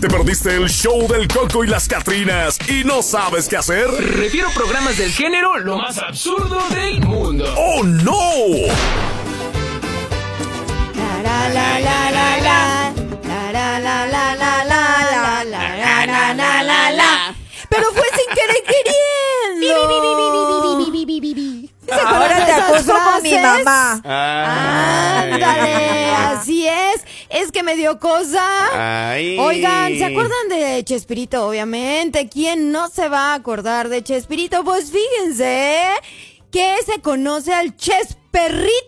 ¿Te perdiste el show del Coco y las Catrinas y no sabes qué hacer? Refiero programas del género lo más absurdo del mundo. ¡Oh, no! La, la, la, la, la. La, la, la, la, la, la, la, la, la, la, la, la. Pero fue sin querer queriendo. ¿Se acuerdan Ahora de te esas acuso con mi frases? mamá. Ay. Ándale, así es. Es que me dio cosa. Ay. Oigan, ¿se acuerdan de Chespirito? Obviamente, ¿quién no se va a acordar de Chespirito? Pues fíjense que se conoce al Chesperrito.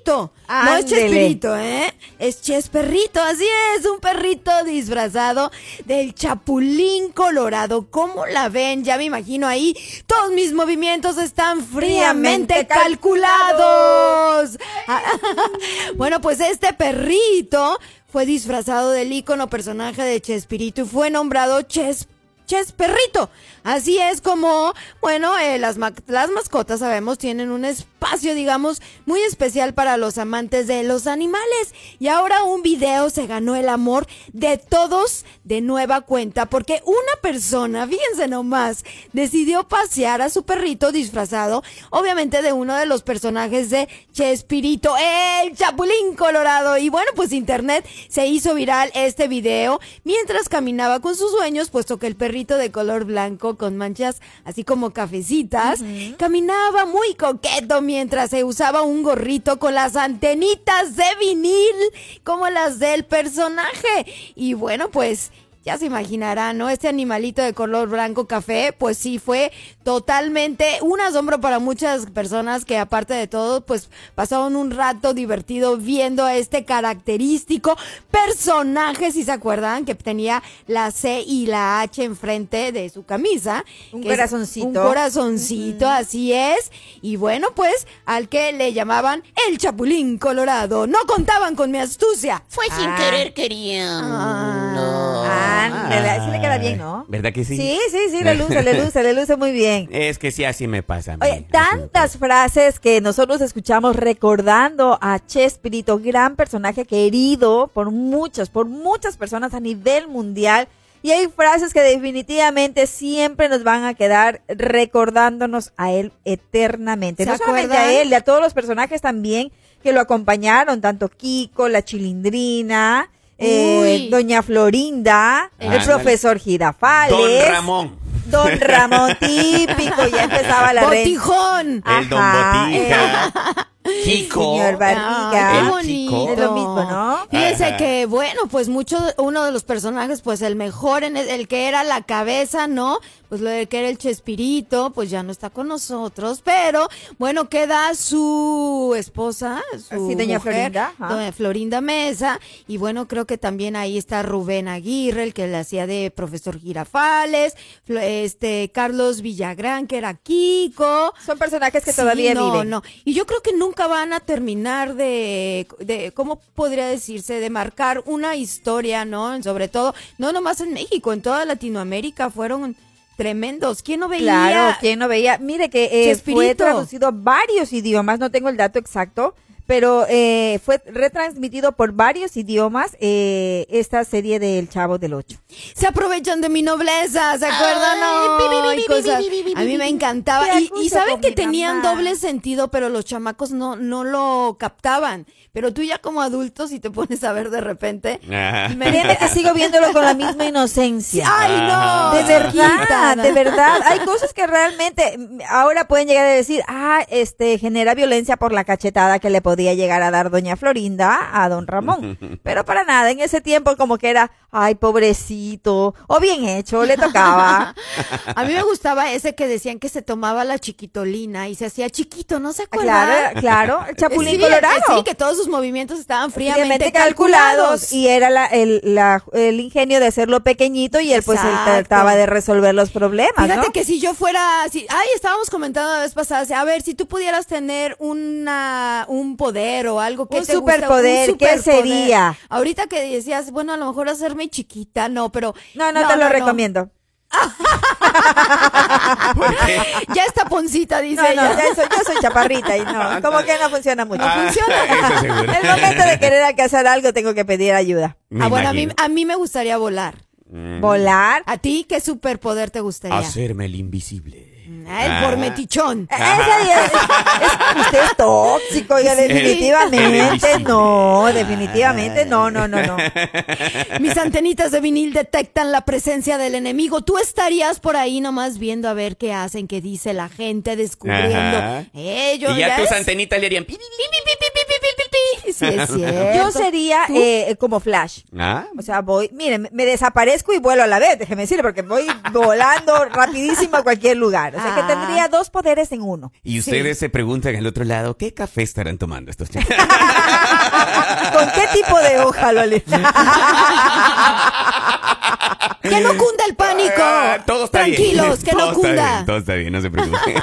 No es Ándele. Chespirito, ¿eh? Es Chesperrito, así es, un perrito disfrazado del Chapulín Colorado. ¿Cómo la ven? Ya me imagino ahí, todos mis movimientos están fríamente Fríamente calculados. bueno, pues este perrito fue disfrazado del ícono personaje de Chespirito y fue nombrado Ches Chesperrito. Así es como, bueno, eh, las, ma- las mascotas, sabemos, tienen un espacio, digamos, muy especial para los amantes de los animales. Y ahora un video se ganó el amor de todos de nueva cuenta, porque una persona, fíjense nomás, decidió pasear a su perrito disfrazado, obviamente de uno de los personajes de Chespirito, el Chapulín Colorado. Y bueno, pues internet se hizo viral este video mientras caminaba con sus dueños, puesto que el perrito de color blanco con manchas así como cafecitas caminaba muy coqueto mientras se usaba un gorrito con las antenitas de vinil como las del personaje. Y bueno, pues ya se imaginarán, ¿no? Este animalito de color blanco café, pues sí, fue totalmente un asombro para muchas personas que aparte de todo, pues pasaron un rato divertido viendo a este característico personaje, si se acuerdan, que tenía la C y la H enfrente de su camisa. Un que es corazoncito. Un corazoncito, así es. Y bueno, pues al que le llamaban el Chapulín Colorado. No contaban con mi astucia. Fue sin Ah. querer queriendo. Ah, le- le- sí le queda bien, ¿no? ¿Verdad que sí? Sí, sí, sí, le luce, le luce, le luce muy bien. Es que sí, así me pasa. a mí, Oye, así me tantas pasa. frases que nosotros escuchamos recordando a Chespirito, gran personaje querido por muchos, por muchas personas a nivel mundial. Y hay frases que definitivamente siempre nos van a quedar recordándonos a él eternamente. ¿Se No solamente acuerdan? a él, y a todos los personajes también que lo acompañaron, tanto Kiko, la Chilindrina, eh, Uy. Doña Florinda, el Ándale. profesor Girafales. Don Ramón. Don Ramón, típico, ya empezaba la red. Botijón. El Don Ajá, Botija. Chico. señor Bar- Barriga. Ay, qué El bonito. chico. Es lo mismo, ¿no? Fíjense Ajá. que, bueno, pues mucho, uno de los personajes, pues el mejor, en el, el que era la cabeza, ¿no? Pues lo de que era el Chespirito, pues ya no está con nosotros, pero bueno, queda su esposa, su Sí, doña mujer, Florinda, ajá. doña Florinda Mesa, y bueno, creo que también ahí está Rubén Aguirre, el que le hacía de profesor Girafales, Flo- este, Carlos Villagrán, que era Kiko, Son personajes que Sí, todavía no, viven. No, Y yo creo que nunca van a terminar de, de, ¿cómo podría decirse? De marcar una historia, ¿no? Sobre todo, no nomás en México, en toda Latinoamérica fueron tremendos. ¿Quién no veía? Claro, quien no veía. Mire que eh, fue Chespirito. traducido a varios idiomas, no tengo el dato exacto, pero eh, fue retransmitido por varios idiomas eh, esta serie del Chavo del Ocho. Se aprovechan de mi nobleza, ¿se acuerdan? pi, pi, Ay, pi, pi, cosas. pi, pi, pi, A mí pi, me pi. encantaba. Te Y, y acuso saben con que mi tenían mamá. doble sentido, pero los chamacos no, no lo captaban. Pero tú ya como adulto, si te pones a ver de repente, Ajá. Fíjate que sigo viéndolo con la misma inocencia. ¡ay, no! De verdad, Chiquita. de verdad. Hay cosas que realmente mm, ahora pueden llegar a decir, ah, este, genera violencia por la cachetada que le podía llegar a dar doña Florinda a don Ramón. Pero para nada, en ese tiempo como que era, ay, pobrecito, o bien hecho, le tocaba. Ah, A mí me gustaba ese que decían que se tomaba la chiquitolina y se hacía chiquito, ¿no se acuerdan? Ah, claro, claro, el Sí, chapulín que- colorado. Sí, que todos sus movimientos estaban fríamente Fríamente calculados. calculados y era la- el, la- el ingenio de hacerlo pequeñito y él pues él Exacto. trataba de resolver los problemas, Fíjate ¿no? que si yo fuera, si, ay, estábamos comentando la vez pasada, o sea, a ver, si tú pudieras tener una, un poder o algo que Un superpoder, ¿qué sería? Ahorita que decías, bueno, a lo mejor hacerme chiquita, no, pero No, no, te lo recomiendo. ¿Por qué? Ya está poncita, dice No, ella. no, ya soy, yo soy chaparrita y no, como que no funciona mucho. Ah, eso seguro. El momento de querer alcanzar algo tengo que pedir ayuda. Me ah, bueno, a mí, imagino. a mí me gustaría volar. Mm. Ah. Volar. ¿A ti qué superpoder te gustaría? Ah, Hacerme el invisible. Mm, Ay, por metichón. E-, Ese día- es- usted es tóxico, oiga, Sí. definitivamente Eres no, definitivamente no, no, no, no. Mis antenitas de vinil detectan la presencia del enemigo. Tú estarías por ahí nomás viendo a ver qué hacen, qué dice la gente, descubriendo. Eh, Ajá. Ellos. Y ya tus antenitas le harían. pi, pi, pi, pi, pi, pi, pi, pi, pi, pi. Sí, es cierto. Yo sería eh, como Flash. Ah, O sea, voy, miren, me desaparezco y vuelo a la vez, déjeme decirle, porque voy volando rapidísimo a cualquier lugar. O sea, que Ah. tendría dos poderes en uno. Y ustedes se preguntan al otro lado, ¿qué café estarán tomando estos chicos? ¿Con qué tipo de hoja lo le- Que no cunda el pánico. Ah, todo está Tranquilos, bien. que no Todo está cunda. bien, todo está bien, no se preocupen.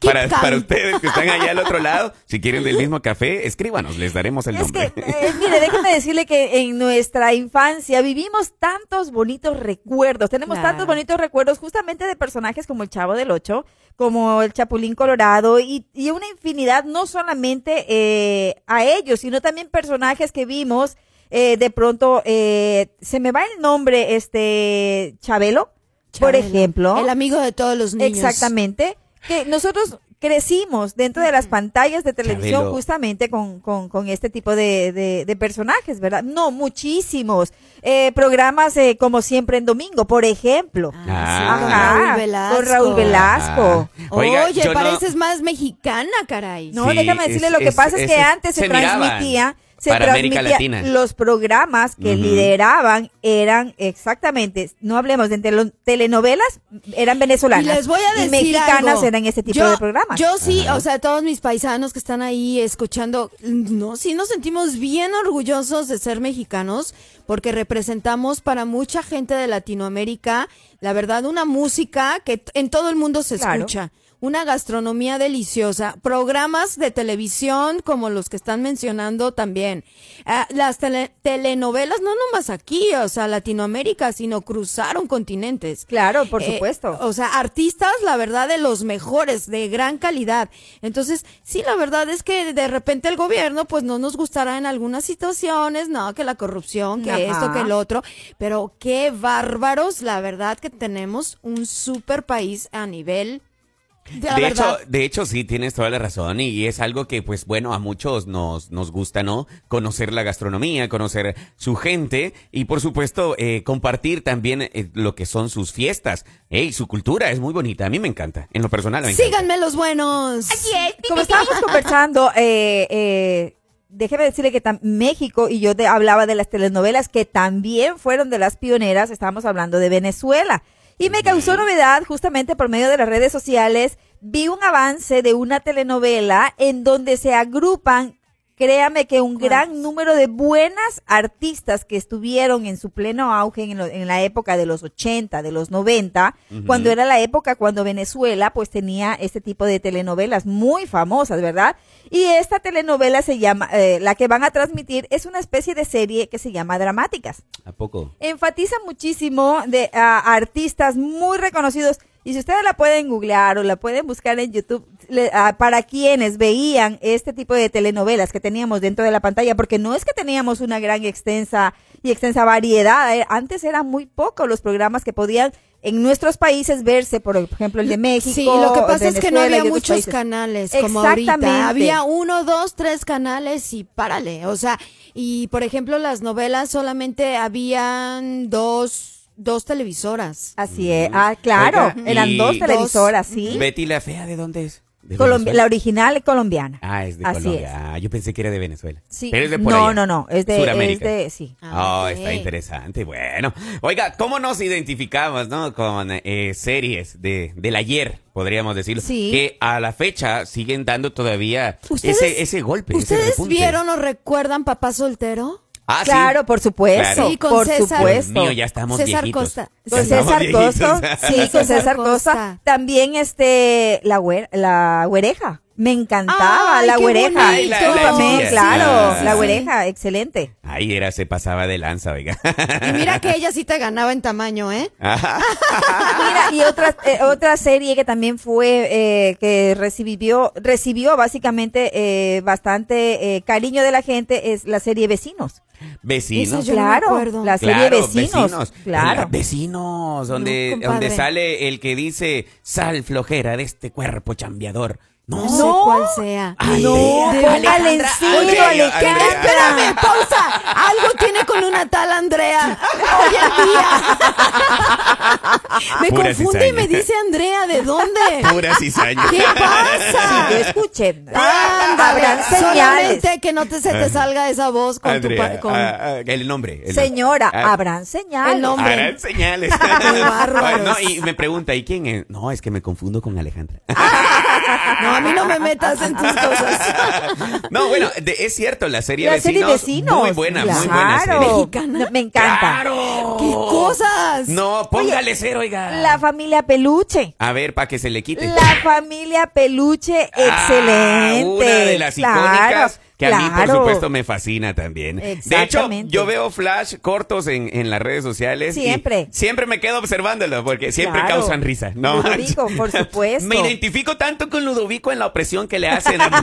para, calm. para ustedes que están allá al otro lado, si quieren del mismo café, escríbanos, les daremos el Es que, nombre. eh, mire, déjeme decirle que en nuestra infancia vivimos tantos bonitos recuerdos. Tenemos Claro. tantos bonitos recuerdos justamente de personajes como el Chavo del Ocho, como el Chapulín Colorado y, y una infinidad, no solamente eh, a ellos, sino también personajes que vimos. eh, de pronto, eh, se me va el nombre, este, Chabelo, por Chabelo, ejemplo. El amigo de todos los niños. Exactamente. Que nosotros crecimos dentro de las pantallas de televisión Chabelo. justamente con, con, con este tipo de, de, de personajes, ¿verdad? No, muchísimos. Eh, programas eh, como siempre en domingo, por ejemplo. Ah, sí, con Raúl Velasco. Con Raúl Velasco. Ah. Oye, yo no- pareces más mexicana, caray. No, Sí, déjame decirle, es- lo que es- pasa es, que es- antes se, se miraban transmitía, se para América transmitía Latina. los programas que Ujú. lideraban eran exactamente, no hablemos de telo- telenovelas, eran venezolanas. Y les voy a decir Y mexicanas algo. eran este tipo Yo- de programas. Yo sí, o sea, todos mis paisanos que están ahí escuchando, no, sí nos sentimos bien orgullosos de ser mexicanos porque representamos para mucha gente de Latinoamérica, la verdad, una música que t- en todo el mundo se Claro. escucha. Una gastronomía deliciosa, programas de televisión como los que están mencionando también. Ah, las tele- telenovelas, no nomás aquí, o sea, Latinoamérica, sino cruzaron continentes. Claro, por Eh, supuesto. O sea, artistas, la verdad, de los mejores, de gran calidad. Entonces, sí, la verdad es que de repente el gobierno, pues no nos gustará en algunas situaciones, no, que la corrupción, que Ajá. esto, que el otro, pero qué bárbaros, la verdad, que tenemos un super país a nivel. De, la de verdad. hecho, de hecho, sí, tienes toda la razón y es algo que, pues bueno, a muchos nos, nos gusta, ¿no? Conocer la gastronomía, conocer su gente y, por supuesto, eh, compartir también eh, lo que son sus fiestas. Ey, su cultura es muy bonita, a mí me encanta, en lo personal me encanta. Síganme los buenos. Como estábamos conversando, eh, eh, déjeme decirle que tam- México, y yo te hablaba de las telenovelas que también fueron de las pioneras, estábamos hablando de Venezuela. Y me causó novedad justamente por medio de las redes sociales, vi un avance de una telenovela en donde se agrupan, créame que un gran número de buenas artistas que estuvieron en su pleno auge en, lo- en la época de los 80, de los 90, cuando era la época cuando Venezuela pues tenía este tipo de telenovelas muy famosas, ¿verdad? Y esta telenovela se llama, eh, la que van a transmitir es una especie de serie que se llama Dramáticas ¿A poco? enfatiza muchísimo de a artistas muy reconocidos. Y si ustedes la pueden googlear o la pueden buscar en YouTube, le- ah, para quienes veían este tipo de telenovelas que teníamos dentro de la pantalla, porque no es que teníamos una gran extensa y extensa variedad. eh, Antes eran muy pocos los programas que podían en nuestros países verse, por ejemplo, el de México. Sí, lo que pasa es que no Venezuela había y otros muchos países. canales como ahorita. Exactamente. Había uno, dos, tres canales y párale. O sea, y por ejemplo, las novelas solamente habían dos, dos televisoras. Así es. Ah, claro. Oiga, eran y- dos Dos. televisoras, sí. Betty la Fea, ¿de dónde es? ¿De Colombi- Venezuela? la original colombiana. Ah, es de Así Colombia. es. Ah, yo pensé que era de Venezuela. Sí. Pero es de por no, allá. no, no, es de, es Suramérica. de, sí. Ah, Ah, ok. está interesante. Bueno, oiga, ¿cómo nos identificamos, no? Con eh, series de, del ayer, podríamos decirlo. Sí. Que a la fecha siguen dando todavía ¿Ustedes- ese, ese golpe. ese ¿Ustedes repunte. vieron o recuerdan Papá Soltero? Ah, sí. claro, por supuesto, Claro. Sí, con por César. Dios supuesto. mío, ya estamos César viejitos. Costa. Ya Con estamos César viejitos. Costa, sí, con César Costa. Costa. También este, la, güer- la güereja. Me encantaba Ay, la qué güereja. bonito. La- la Discúlpame, chica, claro. sí. La Sí. güereja, excelente. Ahí era, se pasaba de lanza, oiga. Y mira que ella sí te ganaba en tamaño, ¿eh? Mira, y otra, eh, otra serie que también fue, eh, que recibió, recibió básicamente eh, bastante eh, cariño de la gente, es la serie Vecinos. Esa Vecinos. yo no me claro, acuerdo. la serie Claro, Vecinos. La- Claro. Vecinos, donde, compadre. donde sale el que dice, sal flojera de este cuerpo chambeador. No, No, sé cuál sea. Ay, No, de- de- póngale en Alejandra. serio, Oye, Alejandra. Andrea. Espérame, pausa. Algo tiene con una tal Andrea. Hoy en día. Me Pura confunde y me cizaña. dice Andrea, ¿de dónde? Pura cizaña. ¿Qué pasa? Yo escuché. Ándale, Ah, Habrán señales. solamente que no te, se te salga esa voz con tu Andrea, pa- con- ah, ah, el nombre. el Señora, nombre. Ah, habrán señales. el nombre. Harán señales. bárbaros. no, y me pregunta, ¿y quién es? No, es que me confundo con Alejandra. Ah, No, a mí no me metas en tus cosas. no, bueno, de- es cierto, la serie La serie Vecinos. Vecinos. Muy buena, muy buena claro. serie. Mexicana. Me encanta. ¡Claro! ¡Qué cosas! Oh. No, póngale cero, oiga. La familia Peluche. A ver, para que se le quite. La familia Peluche, Ah, excelente. Una de las Claro, icónicas que a mí, por claro. supuesto, me fascina también. De hecho, Exactamente. yo veo flash cortos en, en las redes sociales. y Siempre. siempre me quedo observándolo porque siempre Claro. causan risa. No Ludovico, manches. por supuesto. Me identifico tanto con Ludovico en la opresión que le hacen. a la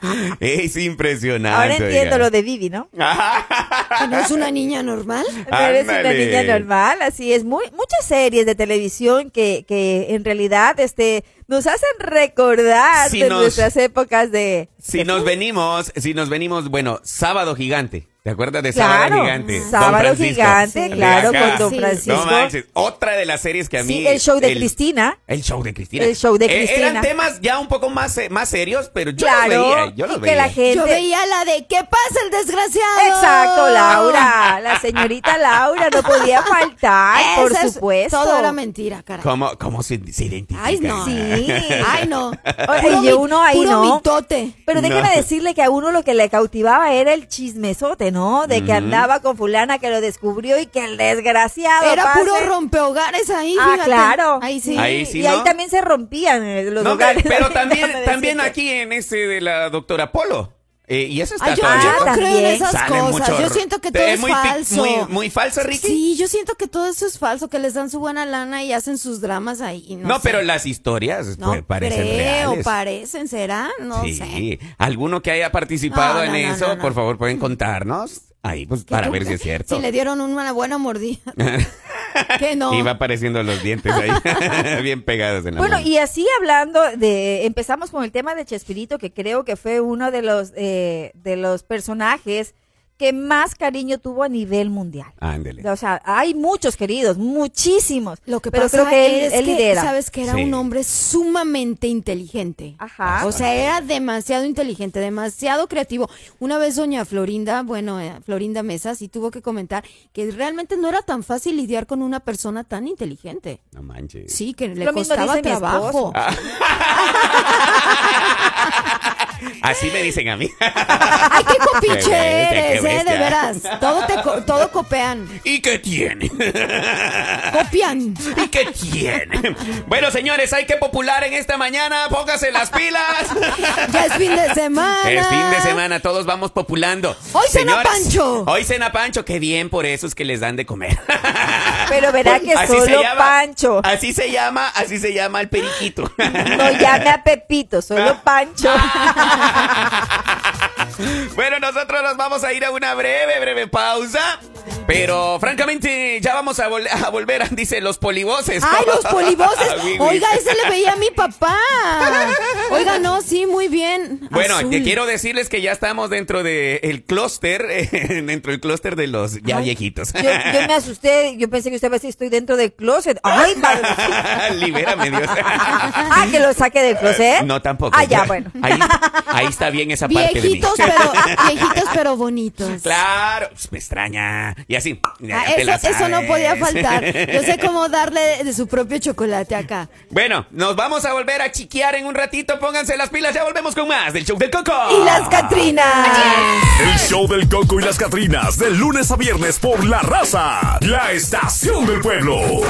mujer. es impresionante. Ahora entiendo oiga. lo de Vivi, ¿no? ¿Que no es una niña normal? Pero es una Ándale. niña normal, así es. Muy, muchas series de televisión que, que en realidad este, nos hacen recordar Si de nos- nuestras épocas de... Si nos venimos, si nos venimos, bueno, sábado gigante. ¿Te acuerdas de Claro, Sábado Gigante? Don Sábado Francisco. Gigante, De claro, acá. con Don Sí. Francisco. No manches, otra de las series que a mí. Sí, el show de Cristina. El show de Cristina. Eh, El show de Cristina. eran temas ya un poco más, eh, más serios, pero yo claro, los veía. Yo los y veía. que la gente... Yo veía la de ¿Qué pasa el desgraciado? Exacto, Laura, la señorita Laura no podía faltar, por Esa es- supuesto. Todo era mentira, caray. ¿Cómo, cómo se, se identifica? Ay, no. Sí. Ay, no. Oye, Puro y mi- uno ahí, puro ¿no? mitote. Pero déjame No. decirle que a uno lo que le cautivaba era el chismesote, ¿no? De que andaba con fulana que lo descubrió y que el desgraciado Era pase- puro rompehogares ahí, Ah, fíjate. claro. Ahí sí. Ahí sí, y ¿no? ahí también se rompían eh, los No, hombre, hogares. pero también, Déjame también decirte. aquí en ese de la doctora Polo. Eh, y eso está Ay, yo, todavía. yo no Ah, creo en también. esas Sale cosas. mucho yo ro- siento que Te- todo es es, muy pi- falso. muy- muy falso, Ricky. Sí, yo siento que todo eso es falso, que les dan su buena lana y hacen sus dramas ahí. y no, No, sé. pero las historias No pues, parecen creo, reales. parecen, será, no sí. sé. ¿Alguno que haya participado No, en no, no, eso? no, no. Por favor, pueden contarnos. Ahí, pues, para ver si es cierto. Si le dieron una buena mordida. que no. Y va apareciendo los dientes ahí, bien pegados en la Bueno, mano. y así hablando de, empezamos con el tema de Chespirito, que creo que fue uno de los, eh, de los personajes que más cariño tuvo a nivel mundial. Ándele. O sea, hay muchos queridos, muchísimos. Lo que pero pasa creo que él, es él que, lidera. sabes que era Sí. un hombre sumamente inteligente. Ajá. O sea, era demasiado inteligente, demasiado creativo. Una vez doña Florinda, bueno, eh, Florinda Mesa sí tuvo que comentar que realmente no era tan fácil lidiar con una persona tan inteligente. No manches. Sí, que le Lo mismo costaba dice mi trabajo. esposo. Ah. Así me dicen a mí. Ay, qué Qué copiche bestia, qué eres, eh, de bestia. veras. Todo te co- todo copean. ¿Y qué tiene? Copian. ¿Y qué tiene? Bueno, señores, hay que popular en esta mañana. Póngase las pilas. Ya es fin de semana. El fin de semana todos vamos populando. Hoy cena Pancho. Hoy cena Pancho. Qué bien por esos que les dan de comer. Pero verá que Así se solo llama- Ah. Pancho. Así se llama, así se llama el periquito. No llame a Pepito, Ah. solo Pancho. Bueno, nosotros nos vamos a ir a una breve, breve pausa. Pero francamente, ya vamos a, vol- a volver, dice los polivoces. Ay, los polivoces. Sí, sí. Oiga, ese le veía a mi papá. Oiga, no, sí, muy bien. Bueno, Azul. te quiero decirles que ya estamos dentro del el clúster, eh, dentro del clúster de los ya viejitos. Yo, yo me asusté, yo pensé que usted iba a decir, estoy dentro del closet. Ay, padre. Libérame, Dios. Ah, que lo saque del ¿Eh? closet. No, tampoco. Ah, ya, bueno. Ahí, ahí está bien esa parte de mí. Viejitos, pero, viejitos, pero bonitos. Claro, pues, me extraña. Y así. ya Ah, te la eso, eso no sabes. podía faltar. Yo sé cómo darle de su propio chocolate acá. Bueno, nos vamos a volver a chiquear en un ratito. Pónganse las pilas, ya volvemos con más del show del Coco. Y las Catrinas. El show del Coco y las Catrinas, de lunes a viernes por La Raza, la estación del pueblo.